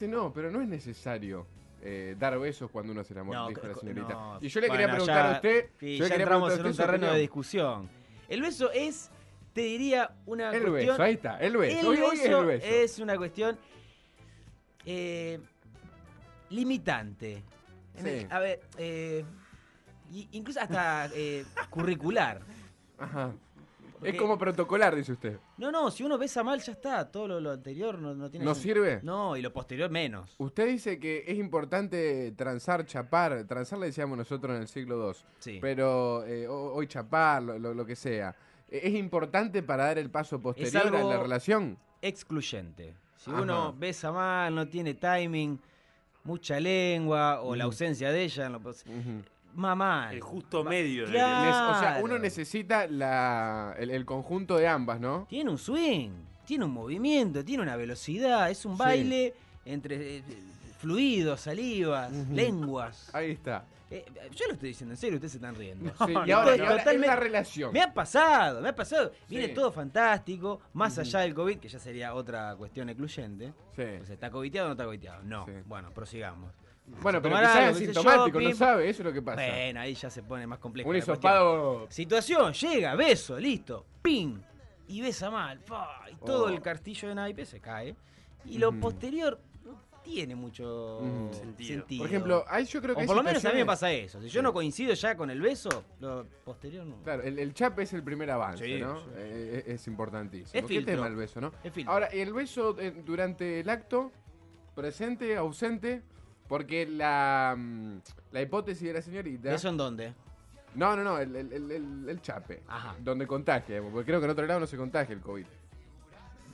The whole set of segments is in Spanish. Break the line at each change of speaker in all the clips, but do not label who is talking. No, pero no es necesario eh, dar besos cuando uno se enamora,
No,
dijo la
co- co-
señorita.
no.
Y yo le
Bueno,
quería preguntar
ya-
a usted.
Sí,
yo le
ya
quería
entramos
preguntar
en
a
un
usted su
terreno de
opinión.
discusión. El beso es, te diría, una
El
cuestión.
beso, ahí está, el beso.
El
hoy, hoy es el
beso
beso.
es una cuestión eh, limitante. En
Sí.
el- a ver, eh, y- incluso hasta eh, curricular.
Ajá.
Porque-
Es como protocolar, dice usted.
No, no, si uno besa mal ya está, todo lo, lo anterior no, no tiene...
¿No
sen-
sirve?
No, y lo posterior menos.
Usted dice que es importante transar, chapar. Transar le decíamos nosotros en el siglo II.
Sí.
Pero eh, ho- hoy chapar, lo, lo- lo que sea. Eh, ¿Es importante para dar el paso posterior a
algo-
la relación?
excluyente. Si
Ajá.
uno besa mal, no tiene timing, mucha lengua o la
Ujú.
ausencia de ella, no pos-
Ujú.
va mal.
El justo medio. de-
Claro.
Nes- o sea, uno
Claro.
necesita la, el, el conjunto de ambas, ¿no?
Tiene un swing, tiene un movimiento, tiene una velocidad, es un
Sí.
baile entre eh, fluidos, salivas, lenguas.
Ahí está.
Eh, yo lo estoy diciendo en serio, ustedes se están
Sí,
riendo.
y
Estoy
ahora, y ahora es
totalmente-
la relación.
Me ha pasado, me ha pasado. Viene
Sí.
todo fantástico, más allá del COVID, que ya sería otra cuestión excluyente.
Sí.
O sea, ¿está coiteado o no está coiteado? No.
Sí.
Bueno, prosigamos.
Bueno, pero
Tomar
quizás
algo,
es
qué sé yo,
sintomático, no
pim.
sabe, eso es lo que pasa.
Bueno, ahí ya se pone más complejo.
Un
la cuestión.
hisopado.
Situación, llega, beso, listo, ping, y besa mal, fa, y todo
Oh.
el castillo de naipe se cae. Y lo
Ujú.
posterior no tiene mucho
Ujú.
sentido.
Sentido.
Por ejemplo, ahí yo creo que
o
hay
por lo menos a mí me
situaciones-
pasa eso. Si yo
Sí.
no coincido ya con el beso, lo posterior no.
Claro, el, el chape es el primer avance,
Sí,
¿no?
sí.
Eh, es, es importantísimo.
Es
¿Qué
filtro.
tema el beso, no?
Es filtro.
Ahora, el beso eh, durante el acto, presente, ausente, porque la, mm, la hipótesis de la señorita...
¿Beso en dónde?
No, no, no, el, el- el- el- el chape.
Ajá.
Donde contagia, porque creo que en otro lado no se contagia el COVID.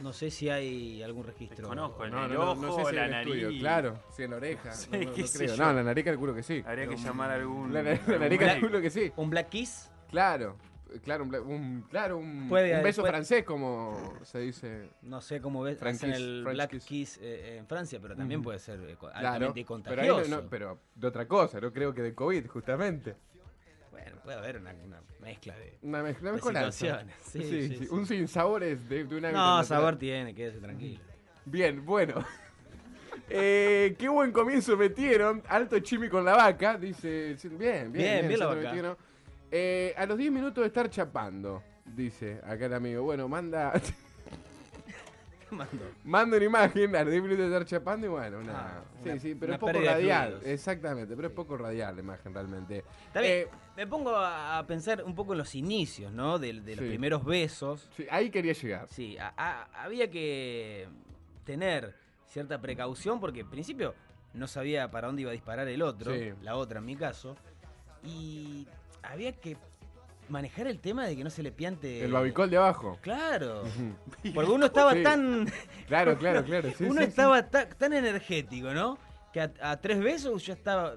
No sé si hay algún registro.
Desconozco. Con
no,
el
no, no, no
ojo,
sé si
la
en el estudio,
nariz.
claro. Sí, en la oreja.
sé,
No, no, no
qué sé
creo.
yo.
No, en la nariz calculo que sí.
Habría que llamar a algún.
La, la- la
algún
nariz
médico.
calculo que sí.
¿Un black kiss?
Claro, claro, un, bla- un- claro, un,
Puede-
un beso
puede-
francés, como se dice.
No sé cómo ves
Frank
hacen
kiss,
el
French
black
kiss.
kiss, eh, en Francia, pero también puede ser eh, co-
Claro,
altamente
pero, ahí no-
contagioso.
no- pero de otra cosa, no creo que de COVID, justamente.
Bueno, puede haber una, una mezcla de.
Una mezcla
Las
con algo.
situaciones, sí, sí, sí.
Un sinsabores de, de una
No,
habitación
sabor
natural.
tiene, quédese tranquilo.
Bien, bueno. Eh, qué buen comienzo metieron. Alto chimi con la vaca, dice. Bien, bien,
Bien, bien la
ya lo
vaca.
metieron. Eh, a los 10 minutos de estar chapando, dice acá el amigo. Bueno, manda.
¿Qué mandó?
Manda una imagen al débil de estar chapando y bueno, una,
Ah,
sí,
una-
sí, pero
una
es poco
pérdida de
radial.
fluidos.
Exactamente, pero es poco radial la imagen realmente.
Está bien,
Eh,
me pongo a a pensar un poco en los inicios, ¿no? De, de los
Sí.
primeros besos.
sí, ahí quería llegar.
Sí, a- a- había que tener cierta precaución porque en principio no sabía para dónde iba a disparar el otro,
Sí.
la otra en mi caso. Y había que manejar el tema de que no se le piante.
El babicol de abajo.
Claro. Porque uno estaba
Sí.
tan.
Claro, claro, claro. sí,
uno
sí, sí.
estaba ta- tan energético, ¿no? Que a, a tres besos ya estaba.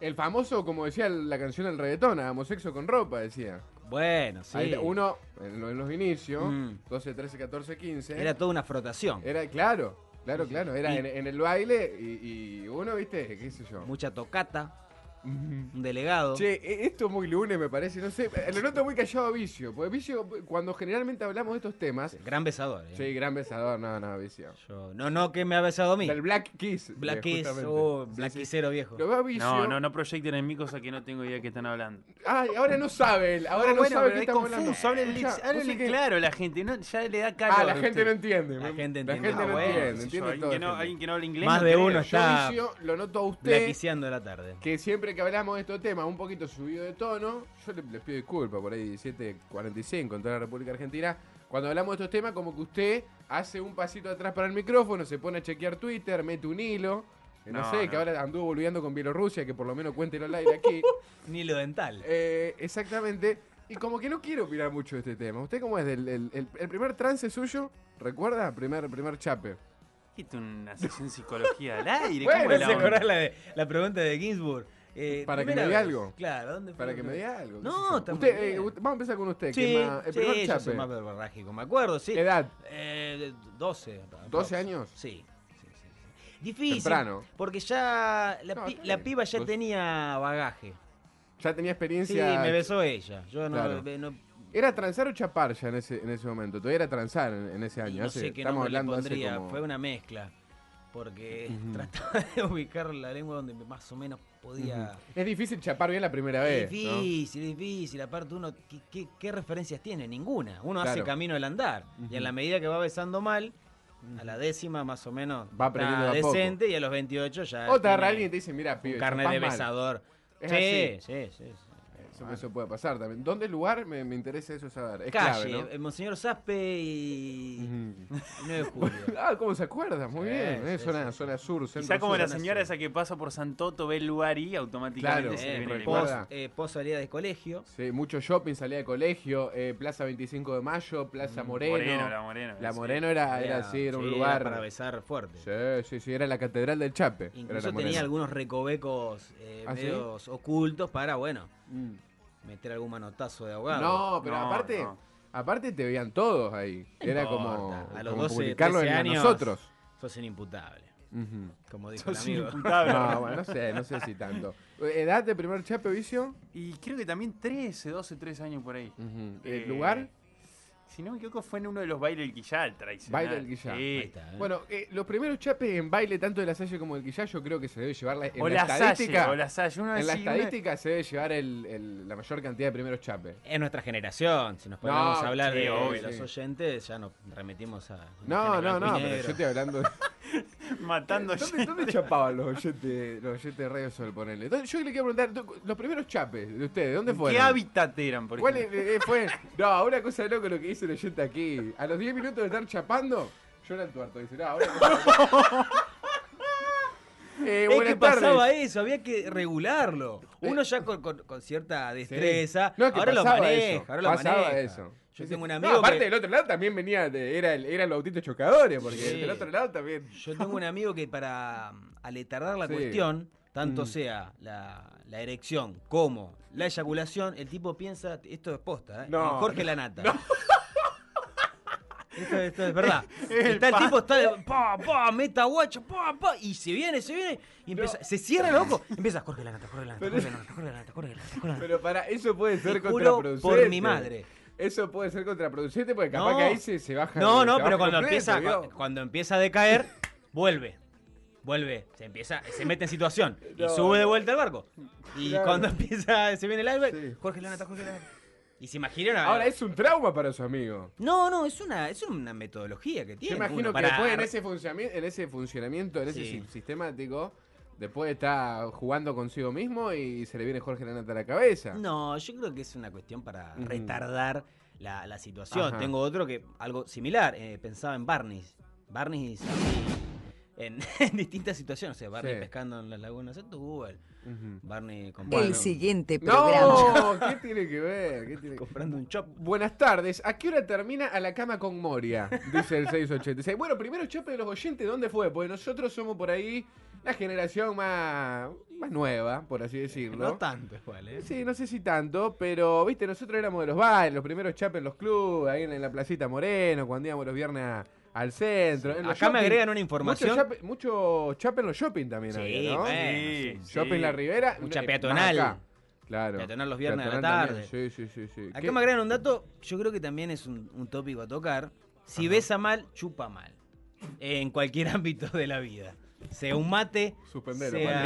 El famoso, como decía la canción del reggaetón, hagamos sexo con ropa, decía.
Bueno, sí.
Ahí, uno, en lo- en los inicios,
Mm.
12, 13, 14, 15.
Era toda una frotación.
era- claro, claro, claro. Era
Y-
en, en el baile y, y uno, viste, qué sé yo.
Mucha tocata,
Ujú.
un delegado.
Che, e- esto es muy lunes, me parece. No sé, lo noto muy callado a Vicio. Porque Vicio, cuando generalmente hablamos de estos temas.
Gran besador. ¿eh?
Sí, gran besador, no, no, Vicio.
Yo- no, no, que me ha besado a mí.
Del Black Kiss.
Black
eh,
Kiss,
justamente.
oh,
Sí,
Black
sí.
Kissero viejo.
Lo veo a Vicio.
No, no, no proyecten en mí cosas que no tengo idea que están hablando.
Ay, ahora no sabe él. Ahora no,
bueno,
sabe
pero
qué
es
estamos hablando.
confuso. Háblenle,
Escuchá, vos
háblenle
sé que-
claro, la gente no, ya le da calor.
Ah, la
a
gente no
usted.
entiende.
La gente
La
entiende.
gente
Ah,
no
bueno,
entiende.
qué sé yo,
entiende
alguien,
todo.
que no,
gente.
alguien que no habla inglés.
Más
no
de
creo.
uno
Yo,
está
Vicio, lo noto a usted.
blaquiseando de la tarde.
Que siempre que hablamos de estos temas un poquito subido de tono, yo le- les, pido disculpas por ahí 17.45 en toda la República Argentina. Cuando hablamos de estos temas, como que usted hace un pasito atrás para el micrófono, se pone a chequear Twitter, mete un hilo. que No,
No,
sé,
no.
que ahora anduvo boludeando con Bielorrusia, que por lo menos cuéntelo al aire aquí.
Ni lo dental.
Eh, exactamente. Y como que no quiero opinar mucho de este tema. ¿Usted cómo es? del- el, el- el primer trance suyo, ¿recuerda? Primer, primer chape.
Dijiste una sesión de psicología al aire.
Bueno,
¿cómo
¿Te
es la
se
onda?
acordás la, de- la pregunta de Ginsburg? Eh,
Para que
primera
me diga
vez.
algo.
Claro, ¿dónde fue
Para
la
que me
primera
diga
vez?
algo.
No,
qué sé yo.
está muy
Usted, eh,
bien.
usted- vamos a empezar con usted.
Sí,
que es más- el
sí,
primer
yo
chape.
soy más verborrágico, me acuerdo, sí.
Edad.
Eh, 12.
12 años.
Sí. sí, sí, sí. Difícil.
Temprano.
Porque ya la,
No,
pi-
está
la
bien. Pues-
piba ya
Vos-
tenía bagaje.
Ya tenía
Sí,
experiencia.
me besó ella. Yo no,
Claro.
be- no-
¿Era transar o chapar ya en ese, en ese momento? Todavía era transar en, en ese
y
año.
no
hace-
sé qué
estamos
nombre le
hablando hace
pondría.
como-
Fue una mezcla. porque trataba de ubicar la lengua donde más o menos podía.
Es difícil chapar bien la primera vez.
Es difícil, es difícil. Aparte, uno, ¿qué, qué, qué referencias tiene? Ninguna. Uno hace
Claro.
camino al andar. Y en la medida que va besando mal, a la décima más o menos
Va aprendiendo
está
de a poco.
decente y a los 28 ya.
¿no? O te agarra
tiene
alguien y te dice, mira,
un
pibe,
carne
chapás
de
mal".
besador.
Es
Sí, sí, sí, sí.
Eso, eso puede pasar también. ¿Dónde lugar? Me, me interesa eso saber. Es
Calle,
clave, ¿no?
eh, Monseñor Saspe y.
Ujú.
9 de julio.
Ah, ¿cómo se acuerda? Muy
Sí,
bien. eh,
sí,
zona,
sí.
zona sur,
Quizá como
centro-sur.
la señora esa que pasa por Santoto, ve el lugar y automáticamente
Claro,
se le
Eh,
viene la
recuerda.
imagen.
post, eh, post salida de colegio.
Sí, mucho shopping, salida de colegio, eh, Plaza 25 de Mayo, Plaza Moreno.
Moreno, la
la,
Moreno. sí.
Moreno era, era, sí, era un
sí,
lugar.
para besar fuerte.
sí, sí, sí, era la Catedral del Chape. era
Incluso
la Moreno.
tenía algunos recovecos eh,
¿Ah, sí?
medios ocultos para, bueno,
Mm.
meter algún manotazo de ahogado.
No, pero
No,
aparte,
no.
aparte te veían todos ahí.
No
Era
importa,
como,
a los
como
12,
publicarlo
13
en
años.
nosotros.
Sos un imputable,
Ujú.
como dijo el
Sos
amigo.
inimputable.
No, bueno, no sé, no sé si tanto. Eh, ¿Edad de primer chape, vicio?
Y creo que también 13, 12, 13 años por ahí.
Ujú. ¿El
Eh,
lugar?
Si no me equivoco, fue en uno de los bailes del Quillal, tradicional.
Baile del Quillal.
Sí.
Ahí está, ¿eh?
Bueno, eh, los primeros chapes en baile, tanto de la Salle como del Quillá, yo creo que se debe llevar la, en
O
la
la,
estadística.
Salle, o la Salle. Uno
en la
decía, uno-
estadística se debe llevar el- el- la mayor cantidad de primeros chapes.
Es nuestra generación, si nos ponemos
No,
a hablar
sí,
de,
obvio,
de los
sí.
oyentes, ya nos remitimos a...
No,
imagen
no,
en blanco
no,
y
pero
negro.
yo estoy hablando de...
matando
Eh, ¿Dónde,
gente.
dónde chapaban los oyentes, los oyentes de Radio Sol, ponele? ¿Dónde- Yo le quiero preguntar, los primeros chapes de ustedes, ¿dónde fueron?
¿Qué hábitat eran, por
¿Cuál
ejemplo?
es- eh, fue? No, una cosa loca lo que hizo el oyente aquí. A los 10 minutos de estar chapando, yo era el tuerto. Dice, no, ahora. eh,
Es que
buenas tardes.
pasaba eso, había que regularlo. Uno ya con, con- con cierta
Sí.
destreza,
No, es que
ahora lo
pasaba
maneja,
eso,
ahora lo
pasaba
maneja.
eso.
Yo
Sí,
tengo
sí.
un
No,
amigo
aparte
que-
del otro lado también venía, de- era, el, era los autitos chocadores, porque
Sí.
del otro lado también.
Yo tengo un amigo que para mm, aletardar la
Sí.
cuestión, tanto
Mm.
sea la, la erección como la eyaculación, el tipo piensa, esto es posta, ¿eh?
No.
en Jorge Lanata. Esto, esto es verdad.
el
está el
pa-
tipo, está de pa, pa, meta guacho, pa, pa, y se viene, se viene, y empieza, se cierra el ojo, empieza, Jorge Lanata, Jorge Lanata, Jorge Lanata, Jorge Lanata, Jorge Lanata, Jorge Lanata.
Pero para, eso puede ser
Ah. Te juro
contraproducente.
por mi madre.
Eso puede ser contraproducente porque capaz
No.
que ahí se, se baja.
No,
se
no,
baja
pero cuando
completo,
empieza,
¿vio?
cu- cuando empieza a decaer, vuelve. Vuelve, se empieza, se mete en situación y
No.
sube de vuelta al barco. Y
Claro.
cuando empieza, se viene el alba,
Sí.
Jorge Lanata, Jorge Lanata. Y se imaginan a-
Ahora es un trauma para su amigo.
No, no, es una, es una metodología que
Yo
tiene.
imagino
uno
que
para-
después en ese, funcionamiento, en ese funcionamiento, en ese
Sí.
si- sistemático, después está jugando consigo mismo y se le viene Jorge Lanata a la cabeza.
No, yo creo que es una cuestión para
Ujú.
retardar la, la situación.
Ajá.
Tengo otro que algo similar. eh, pensaba en Barney's. Barney's así, en, en distintas situaciones. O sea, Barney
Sí.
pescando en las lagunas. Esto es Google.
Ujú.
Barney con
Bueno.
El siguiente programa
No, ¿qué tiene que ver? ¿Qué tiene que-
comprando un chop.
Buenas tardes, ¿a qué hora termina a la cama con Moria? Dice el 686. Bueno, primero chope de los oyentes, ¿dónde fue? Porque nosotros somos por ahí la generación más, más nueva, por así decirlo.
No tanto igual, ¿eh?
Sí, no sé si tanto, pero viste, nosotros éramos de los bailes, los primeros chapes en los clubes, ahí en, en la placita Moreno, cuando íbamos los viernes a- al centro. en los
Acá
shopping.
me agregan una
Mucho
información.
chape, mucho chape en los shopping también
Sí,
había, ¿no?
bueno,
Sí,
sí.
sí.
Shopping La Ribera.
Mucha
eh,
peatonal.
más acá. Claro.
Peatonal los viernes a la
Peatonal
tarde.
también, Sí, sí, sí. sí.
Acá
¿Qué?
me agregan un dato, yo creo que también es un, un tópico a tocar. Si besa mal, chupa mal. En cualquier ámbito de la vida. Sea un mate,
Suspendelo,
sea-
Juan.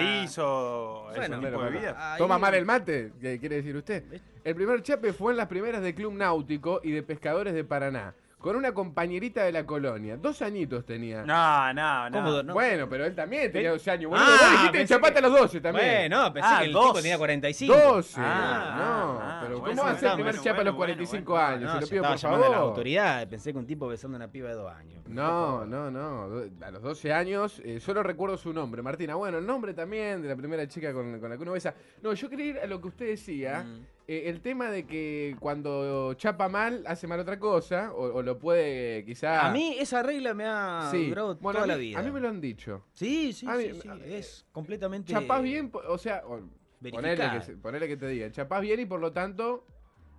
Rizo, ese
Bueno,
tipo de
Bueno,
vida.
para-
Ahí-
Toma mal el mate, ¿qué quiere decir usted?
¿Ves?
El primer chape fue en las primeras de Club Náutico y de Pescadores de Paraná, con una compañerita de la colonia. Dos añitos tenía.
No, no, no.
Cómodo, ¿no?
Bueno, pero él también tenía
¿Eh?
12 años. Bueno,
Ah,
vos dijiste que
pensé
chapaste
que-
a los 12 también.
Bueno, pensé
Ah,
que el
dos.
tipo tenía 45.
12.
Ah,
no,
ah,
pero
bueno,
¿cómo va a ser el
bueno,
primer
bueno,
chapa a los
bueno,
45
bueno,
años?
No,
Se
yo
lo pido
estaba
por
llamando a las
favor.
autoridades. Pensé que un tipo besando a una piba de dos años.
No, no, no. do- A los 12 años, eh, solo recuerdo su nombre, Martina. Bueno, el nombre también de la primera chica con, con la que uno besa. No, yo quería ir a lo que usted decía.
Mm.
eh, el tema de que cuando chapa mal, hace mal otra cosa, o, o lo puede quizá...
A mí esa regla me ha
sí.
durado
Bueno,
toda
a mí-
la vida.
A mí me lo han dicho.
Sí, sí,
A mí-
sí, sí, Es completamente...
ah, eh, Chapás bien, po- o sea, o- ponele
Verificar.
que, se- ponele que te diga, chapás bien y por lo tanto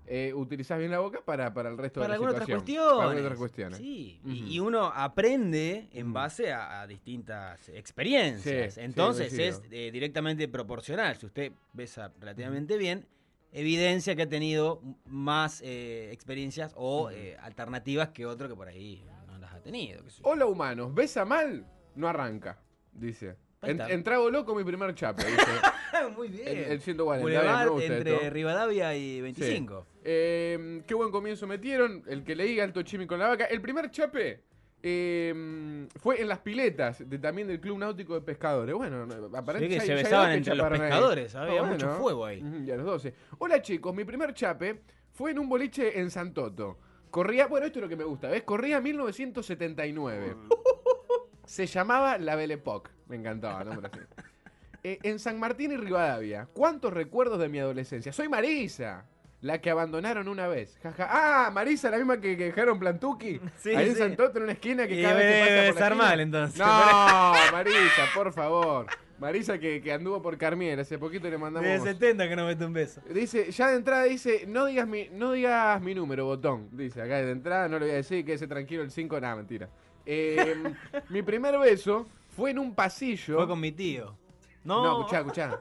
eh, utilizás bien la boca para, para el resto de
para
la
algunas otras
situación.
cuestiones.
Para algunas otras cuestiones.
Sí, y-
Ujú.
y, uno aprende en
Ujú.
base a, a distintas experiencias.
Sí, sí,
Entonces es
coincido.
eh, directamente proporcional. Si usted besa relativamente bien, evidencia que ha tenido más eh, experiencias o eh, alternativas que otro que por ahí no las ha tenido. qué sé yo.
Hola humanos, ¿besa mal? no arranca, dice.
Ahí
En,
está.
en trago loco mi primer chape, dice.
Muy bien.
Oh, el, el 140.
Boulevard
bien, me gusta
entre
esto.
Rivadavia y
Sí.
25.
Eh, qué buen comienzo metieron. El que leí Alto Chimi con la vaca. El primer chape eh, fue en las piletas de, también del Club Náutico de Pescadores. Bueno, no, aparentemente
que
ya-
se
ya hay
besaban
dos que
entre los
chaparon ahí. Ah,
pescadores, había mucho fuego ahí.
Ujú, Y a los 12. Hola chicos, mi primer chape fue en un boliche en Santoto. Corría, bueno, esto es lo que me gusta, ¿ves? Corría 1979. Se llamaba La Belle Époque. Me encantaba, nombre así. Eh, en San Martín y Rivadavia. ¿Cuántos recuerdos de mi adolescencia? Soy Marisa, la que abandonaron una vez. Jaja. Ah, Marisa, la misma que, que dejaron Plantuki.
Sí,
ahí en
sí.
Santoto, en una esquina que
Y
cada
me
vez que pasa por la
debe besar
esquina-
mal, entonces.
No, Marisa, por favor. Marisa que, que anduvo por Carmiel. Hace poquito le mandamos...
De 70 que no mete un beso.
Dice, ya de entrada dice, no digas mi, no digas mi número, botón. Dice, acá de entrada no le voy a decir, quédese tranquilo el 5, nada, mentira. Eh, mi primer beso fue en un pasillo.
Fue con mi tío. No,
No, escuchá, escuchá.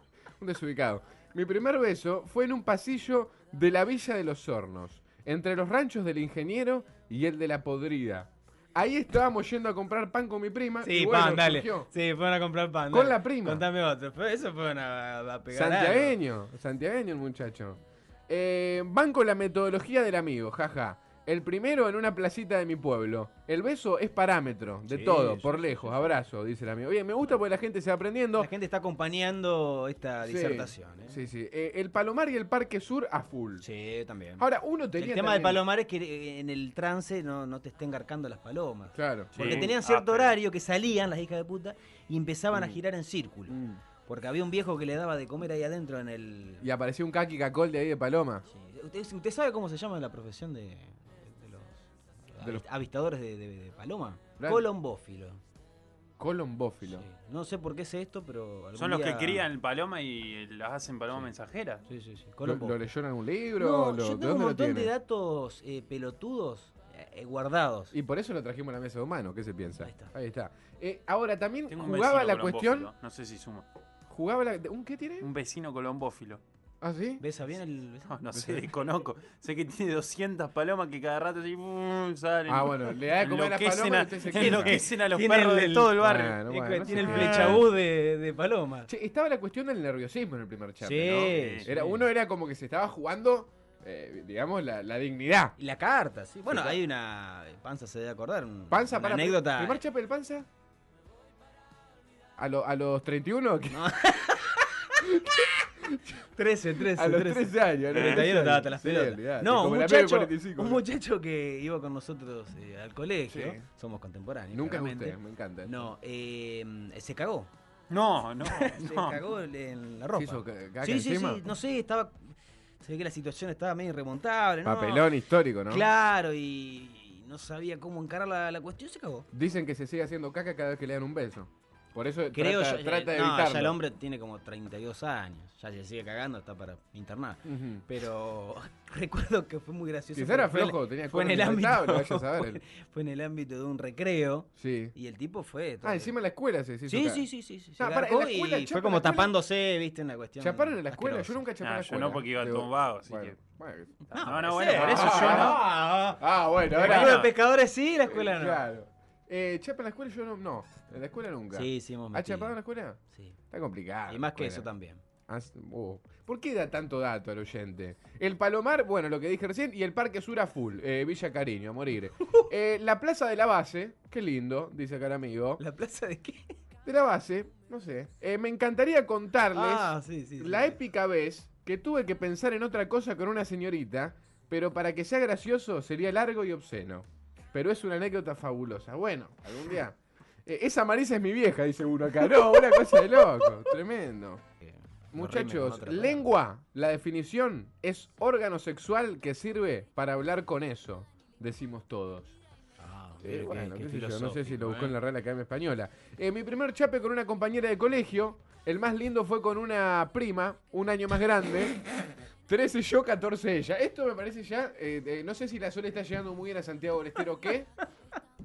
un desubicado. Mi primer beso fue en un pasillo de la Villa de los Hornos, entre los ranchos del ingeniero y el de la podrida. Ahí estábamos yendo a comprar pan con mi prima.
Sí,
y bueno,
pan, dale.
surgió.
Sí, fueron a comprar pan.
Con
dale.
la prima.
Contame otro. Fue- Eso fue una a pegar algo.
Santiagueño, santiagueño el muchacho. Eh, van con la metodología del amigo, jaja. El primero en una placita de mi pueblo. El beso es parámetro de
Sí,
todo,
sí,
por
sí,
lejos, abrazo, dice el amigo. Bien, me gusta porque la gente se va aprendiendo.
La gente está acompañando esta
Sí,
disertación. ¿eh?
Sí, sí. Eh, el Palomar y el Parque Sur a full.
Sí, también.
Ahora, uno tenía.
el tema del
también-
palomar es que eh, en el trance no, no te estén garcando las palomas.
Claro.
Sí.
Porque tenían cierto
Ah, pero-
horario que salían las hijas de puta y empezaban a girar en círculo.
Mm.
Porque había un viejo que le daba de comer ahí adentro en el.
Y apareció un caqui cacol de ahí de Paloma.
Sí. ¿Usted, usted sabe cómo se llama la profesión de, de los,
De los-
avistadores de, de- de paloma?
Claro.
Colombófilo.
Colombófilo.
Sí. No sé por qué es esto, pero. algún
Son los que
día-
crían paloma y las hacen paloma mensajeras.
Sí, sí, sí.
¿Lo,
Colombófilo.
lo leyó en algún libro?
No,
¿Lo-
yo
¿de
tengo un
dónde lo
montón de
tiene?
datos eh, pelotudos eh, eh, guardados.
Y por eso lo trajimos a la mesa de humano, ¿qué se piensa?
Ahí está.
Eh, ahora también
Tengo un
jugaba
vecino
la cuestión.
colombófilo, No sé si suma.
Jugaba la. ¿Un qué tiene?
Un vecino colombófilo.
¿Ah, sí?
¿Besa bien el.? besa?
Ah,
No, no sé, desconozco. Sé que tiene 200 palomas que cada rato así, mm, salen.
Ah, bueno, le da de comer a las
Enloquecen
palomas y usted se queja.
Enloquecen a los
Tiene
perros
el-
de todo el barrio.
Bueno,
Eh,
bueno, no sé
tiene el
qué.
flechabú de, de paloma.
Che, estaba la cuestión del nerviosismo en el primer chat.
Sí,
¿no?
eh, Era,
sí.
uno era como que se estaba jugando, eh, digamos, la, la dignidad.
Y la carta, sí. Bueno,
Sí, claro.
hay una. eh, Panza se debe acordar. un-
Panza,
una
para.
anécdota.
¿Primer chape del panza? ¿A, lo- a los 31? ¿Qué?
13, 13,
a los 13 años. a los 13
31 estaba hasta
años.
las
Eh, Sí,
pelotas.
olvidate,
no,
como
un
la Pepe
muchacho,
45,
un
boludo.
muchacho que iba con nosotros eh, al colegio.
Sí.
Somos contemporáneos.
Nunca me
claramente.
gusté, me encanta.
No, eh, se cagó.
No, no,
Se
no.
cagó en la ropa.
¿Se hizo ca- caca
sí, sí,
encima?
sí. No sé, estaba. Se ve que la situación estaba medio irremontable. ¿no?
Papelón histórico, ¿no?
Claro, y y no sabía cómo encarar la, la cuestión, se cagó.
Dicen que se sigue haciendo caca cada vez que le dan un beso. Por eso
Creo
trata,
yo.
trata de
no,
evitarlo.
ya el hombre tiene como 32 años. Ya se sigue cagando, está para internar.
Ujú.
Pero recuerdo que fue muy gracioso.
Quizá era
porque fue en-
flojo, tenía
fue en el
cuerpo
ámbito.
impecable, vaya a saber.
fue- Fue en el ámbito de un recreo
Sí.
y el tipo fue.
Ah, encima en la escuela se hizo
Sí,
caca.
sí, sí, sí, sí. se
Ah, para, en
garcó
la escuela,
y
chapa,
fue
en la
como
escuela.
tapándose, viste, en la cuestión.
¿Chaparon en la escuela?
asquerosa.
Yo nunca chapé
Ah,
en la
yo no,
escuela.
porque iba
Debo-
todo vago, así
bueno,
que-
bueno.
No,
puede
no, bueno,
ser.
por eso yo
Ah,
no.
Ah, ah,
Ah, bueno,
ah.
ahora.
Boludo, pescadores sí, la escuela no.
Claro. Eh, chapa en la escuela yo no. No, en la escuela nunca.
Sí, sí, hemos
¿Ha
metido.
chapado en la escuela?
Sí.
Está complicado.
Y
la
más que eso
escuela.
también.
Ah, s- uh. ¿Por qué da tanto dato al oyente? El Palomar, bueno, lo que dije recién, y el Parque Sur a full, eh, Villa Cariño, a morir. Eh, la Plaza de la Base, qué lindo, dice acá el amigo.
¿La plaza de qué?
De la Base, no sé. Eh, me encantaría contarles
Ah, sí, sí. sí.
la épica vez que tuve que pensar en otra cosa con una señorita, pero para que sea gracioso sería largo y obsceno. Pero es una anécdota fabulosa. Bueno, algún día. Eh, esa Marisa es mi vieja, dice uno acá. No, una cosa de loco. Tremendo.
Eh, no rimes con
Muchachos,
otra palabra.
lengua, la definición es órgano sexual que sirve para hablar con eso, decimos todos.
Ah,
Sí,
mira qué-
bueno,
qué
qué sé yo, no sé si
filosófico,
lo buscó
¿eh?
en la Real Academia Española. Eh, mi primer chape con una compañera de colegio, el más lindo fue con una prima, un año más grande. 13 yo, 14 ella. Esto me parece ya, eh, eh, no sé si la sola está llegando muy bien a Santiago del Estero o qué,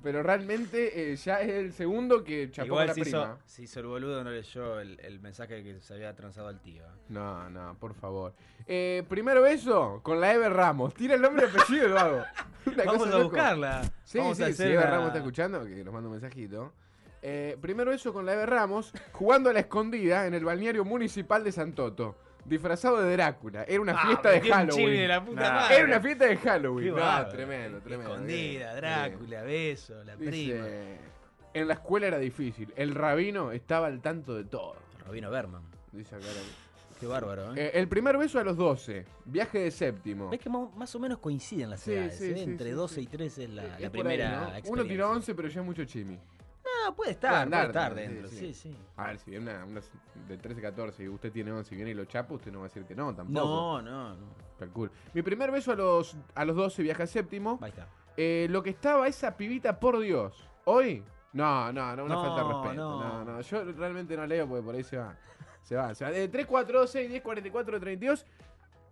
Pero realmente eh, ya es el segundo que chapó a
Igual
la
si hizo,
prima.
se hizo el boludo, no leyó el, el mensaje que se había transado al tío. ¿eh?
No, no, por favor. Eh, primero beso con la Ever Ramos. Tira el nombre y apellido y lo hago. Una
Vamos
cosa
a
loco.
buscarla.
Sí,
Vamos
sí,
a
si
hacer
Ever
la-
Ramos está escuchando, que nos manda un mensajito. Eh, primero eso con la Ever Ramos, jugando a la escondida en el balneario municipal de Santoto, disfrazado de Drácula. Era una
Ah,
fiesta de
metió un chibi
Halloween.
de la puta
Nah.
madre.
Era una fiesta de
Qué
Halloween. No,
bárbaro.
tremendo, tremendo.
Escondida,
Bien, bien.
Drácula, beso, la prima.
Dice, en la escuela era difícil, el rabino estaba al tanto de todo.
Robino Berman.
Dice acá la-
Qué bárbaro, ¿eh?
Eh, el primer beso a los 12, viaje de séptimo.
Ves que mo- más o menos coinciden las
Sí,
edades,
sí,
¿eh?
sí,
Entre
sí,
12
sí.
y 13 es la,
Eh,
la
es por ahí,
primera
¿no?
experiencia.
Uno tiró 11, pero ya es mucho chimi.
Ah, puede estar,
Puede
puede
andar,
estar
sí,
dentro,
sí.
sí, sí.
A ver, si viene una, una de 13, 14 y usted tiene 11 y viene y lo chapa, usted no va a decir que no, tampoco.
No, no, no.
Calculo. Mi primer beso a los, a los 12, viaje a séptimo.
Ahí está.
Eh, lo que estaba esa pibita, por Dios. Hoy, no, no, no, una
No,
falta de respeto. No.
no.
no, yo realmente no leo porque por ahí se va. Se va, se va. Eh, De 3, 4, 12, 10, 44, 32.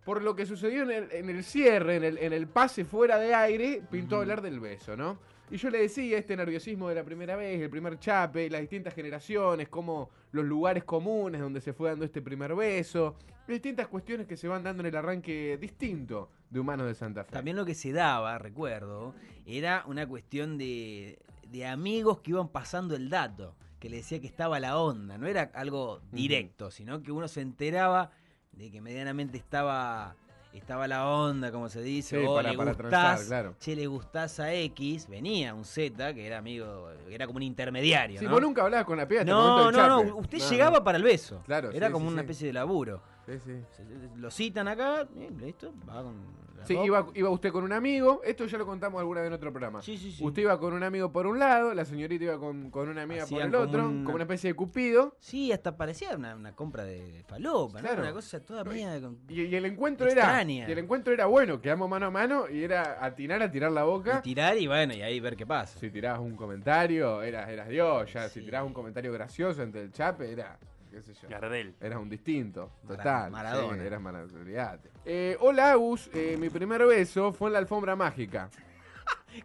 Por lo que sucedió en el, en el cierre, en el, en el pase fuera de aire, pintó
Ujú.
hablar del beso, ¿no? Y yo le decía este nerviosismo de la primera vez, el primer chape, las distintas generaciones, como los lugares comunes donde se fue dando este primer beso, distintas cuestiones que se van dando en el arranque distinto de Humanos de Santa Fe.
También lo que se daba, recuerdo, era una cuestión de, de amigos que iban pasando el dato, que le decía que estaba la onda, no era algo directo, sino que uno se enteraba de que medianamente estaba, estaba la onda, como se dice,
Sí,
o
para-
le
para
gustás,
transar, claro.
che, le gustás a X, venía un Z, que era amigo, era como un intermediario,
Si
¿no?
vos nunca hablabas con la piba, hasta el
no,
momento del
no, no,
chape.
usted llegaba para el beso.
Claro,
era
sí,
como
sí,
una
sí.
especie de laburo.
Sí, sí.
Se- Lo citan acá, eh, listo, va con la
Sí,
copa.
iba, iba usted con un amigo. Esto ya lo contamos alguna vez en otro programa.
Sí, sí, sí.
Usted iba con un amigo por un lado, la señorita iba con, con una amiga
Hacían
por el
como
otro,
una-
como una especie de cupido.
Sí, hasta parecía una, una compra de falopa, ¿no?
Claro.
Una cosa toda media con-
Y, y el encuentro
Extraña.
era. Y el encuentro era bueno, quedamos mano a mano y era atinar a tirar la boca.
y tirar y bueno, y ahí ver qué pasa.
Si tirabas un comentario, eras, eras Dios, ya. Si
Sí.
tirabas un comentario gracioso entre el chape, era. qué sé yo.
Gardel.
Eras un distinto,
Mara-
total.
Maradona.
sí, eras Maradona, olvídate. Eh, hola, Agus. eh, mi primer beso fue en la alfombra mágica.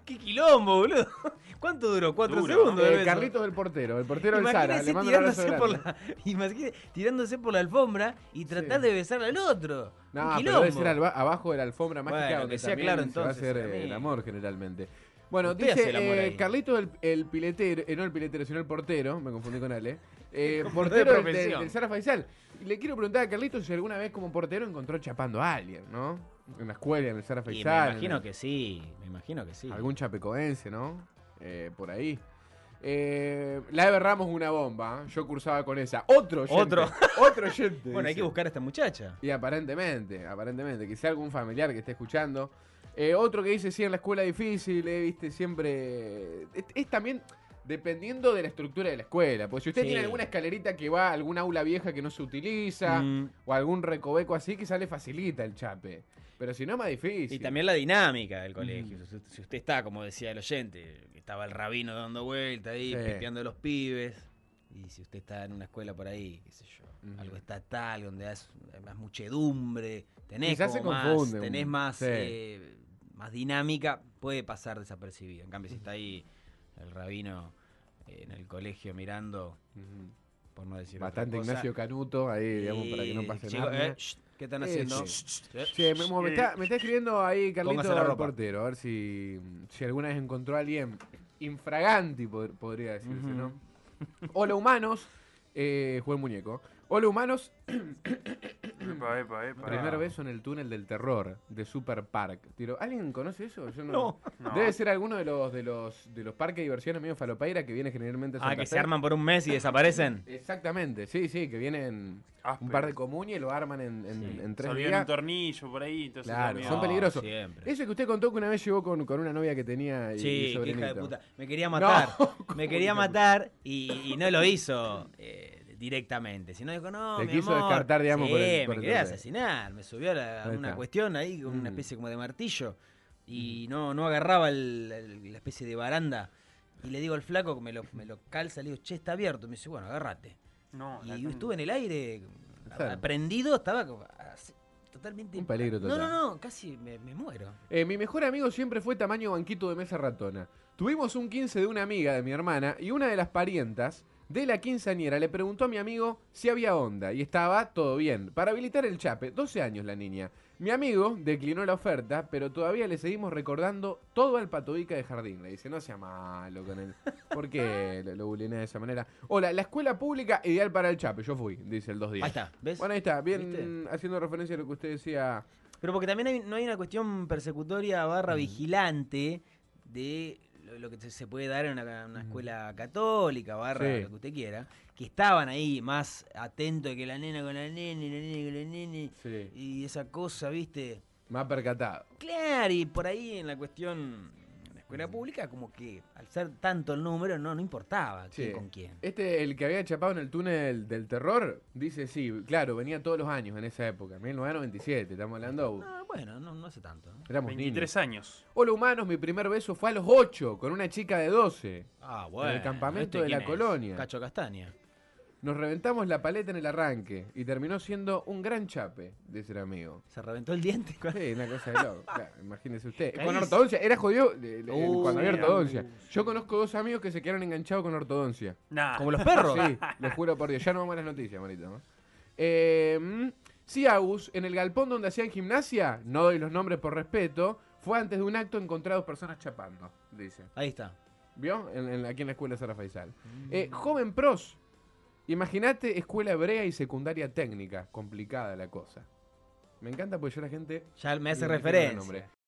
¡Qué quilombo, boludo! ¿Cuánto duró? ¿Cuatro
Duro,
segundos?
Eh,
de beso?
Carlitos del portero, el portero del Sara.
Imagínese
Le mando un abrazo
tirándose, por
grande.
la, imagínese tirándose por la alfombra y tratar
Sí.
de besar al otro.
No,
Un
pero debe
quilombo.
ser alba- abajo de la alfombra mágica
Bueno,
donde
que sea
también
claro,
se va a
entonces,
hacer
amigo.
eh, el amor generalmente. Bueno,
Usted
dice
hace el amor
eh,
ahí.
Carlitos el, el piletero, eh, no el piletero, sino el portero, me confundí con Ale. Eh,
Como de
portero del,
profesión.
del- del Sara Faisal. Le quiero preguntar a Carlitos si alguna vez como portero encontró chapando a alguien, ¿no? En la escuela, en el Sara
Y
Faisal.
me
en
imagino que sí, me imagino que sí.
Algún chapecoense, ¿no? Eh, por ahí. Eh, la Ever Ramos una bomba. ¿eh? Yo cursaba con esa. Otro oyente.
Otro.
Otro oyente.
bueno, hay
dice.
que buscar a esta muchacha.
Y aparentemente, aparentemente, que sea algún familiar que esté escuchando. Eh, otro que dice, sí, en la escuela difícil, eh, viste, siempre... eh, Es, es también dependiendo de la estructura de la escuela. Porque si usted
Sí.
tiene alguna escalerita que va a alguna aula vieja que no se utiliza,
Mm,
o algún recoveco así, que sale facilita el chape. Pero si no, más difícil.
Y también la dinámica del colegio. Si usted- Si usted está, como decía el oyente, estaba el rabino dando vuelta ahí,
Sí.
peteando a los pibes. Y si usted está en una escuela por ahí, qué sé yo,
Ujú.
algo estatal, donde has- hay más muchedumbre, tenés,
Quizás
como
se
más,
confunde un-
tenés más,
sí.
eh, más dinámica, puede pasar desapercibido. En cambio, si está ahí el rabino eh, en el colegio mirando,
Ujú.
por no decir otra
Bastante
cosa,
Ignacio Canuto, ahí, digamos, para que no
y,
pase
chico,
nada.
eh, shh, ¿Qué están
Eh,
haciendo?
sí.
Eh,
Che, me, me está, me está escribiendo ahí Carlito
Póngase la
el
ropa.
portero, a ver si, si alguna vez encontró a alguien infraganti, pod- podría decirse, ¿no? Hola humanos, eh, jugué el muñeco. Hola humanos,
Epa, epa,
Ah.
epa.
primer beso en el túnel del terror de Super Park. Tiro, ¿Alguien conoce eso? Yo no.
No.
No.
Debe ser alguno de los de los de los parques de diversiones medio falopeira que viene generalmente a
Ah,
Santa
que se
Fe.
arman por un mes y desaparecen.
Exactamente, sí, sí, que vienen un
Ah,
Ásperos.
par de comunes y lo arman en, en, en
Se
tres
olvidan
días.
Ah, un tornillo por ahí. Entonces
Claro,
también-
son peligrosos.
Siempre.
Eso que usted contó que una vez llegó con, con una novia que tenía y, y
Sí, qué hija de
sobrinito.
puta. Me quería matar.
No,
me quería
¿cómo hija de
matar y, y no lo hizo eh, directamente. Sino dijo, no,
Te
mi
quiso
amor.
descartar, digamos,
Sí,
por el- por el
me quería
nombre.
asesinar. Me subió a la- a
Ahí
una
está.
cuestión ahí con una
Mm.
especie como de martillo. Y no, no agarraba el- el- la especie de baranda. Y le digo al flaco, me lo, me lo calza, le digo, che, está abierto. Me dice, bueno, agárrate.
No, la-
Y yo estuve en el aire,
Claro.
aprendido, estaba como así, totalmente.
Un peligro
No, no,
total.
no, casi me, me muero.
Eh, mi mejor amigo siempre fue tamaño banquito de mesa ratona. Tuvimos un 15 de una amiga de mi hermana y una de las parientas de la quinceañera le preguntó a mi amigo si había onda y estaba todo bien. Para habilitar el chape, 12 años la niña. Mi amigo declinó la oferta, pero todavía le seguimos recordando todo al patobica de jardín. Le dice, no sea malo con él. ¿Por qué lo, lo bulineas de esa manera? Hola, la escuela pública ideal para el chape. Yo fui, dice el 2
Ahí está, ¿ves?
Bueno, ahí está, bien
¿Viste?
haciendo referencia a lo que usted decía.
Pero porque también hay- no hay una cuestión persecutoria barra vigilante de lo, lo que se- se puede dar en una, una
Mm.
escuela católica, barra
Sí.
lo que usted quiera, que estaban ahí más atentos de que la nena con la nene, la nene con la nene,
Sí.
y esa cosa, ¿viste?
Más percatado.
Claro, y por ahí en la cuestión en la escuela pública, como que al ser tanto el número, no, no importaba quién
Sí.
con quién.
Este, el que había chapado en el túnel del terror, dice sí, claro, venía todos los años en esa época, 1997, estamos hablando, uh,
Ah, bueno, no, no hace tanto. ¿no?
éramos niños.
23 años.
Hola humanos, mi primer beso fue a los 8 con una chica de 12,
Ah,
en el campamento de la colonia.
Cacho Castaña.
Nos reventamos la paleta en el arranque y terminó siendo un gran chape, dice el amigo.
Se reventó el diente. cuando-
Sí, una cosa de loco, claro, imagínese usted. Con
Caís.
ortodoncia, era jodido eh, eh,
Uh,
cuando había
era
ortodoncia.
muy-
Yo conozco dos amigos que se quedaron enganchados con ortodoncia.
Nah.
Como los perros.
Sí, lo juro por Dios. Ya no vamos a las noticias, manito. ¿no? Eh, mm, sí, Agus, en el galpón donde hacían gimnasia, no doy los nombres por respeto, fue antes de un acto encontrado dos personas chapando, dice.
Ahí está.
¿Vio? En- en- aquí en la escuela Sara Faisal.
Mm.
Eh, joven pros. Imagínate escuela hebrea y secundaria técnica. Complicada la cosa. Me encanta porque yo la gente...
Ya me
identifico
hace
los
referencia.
nombres.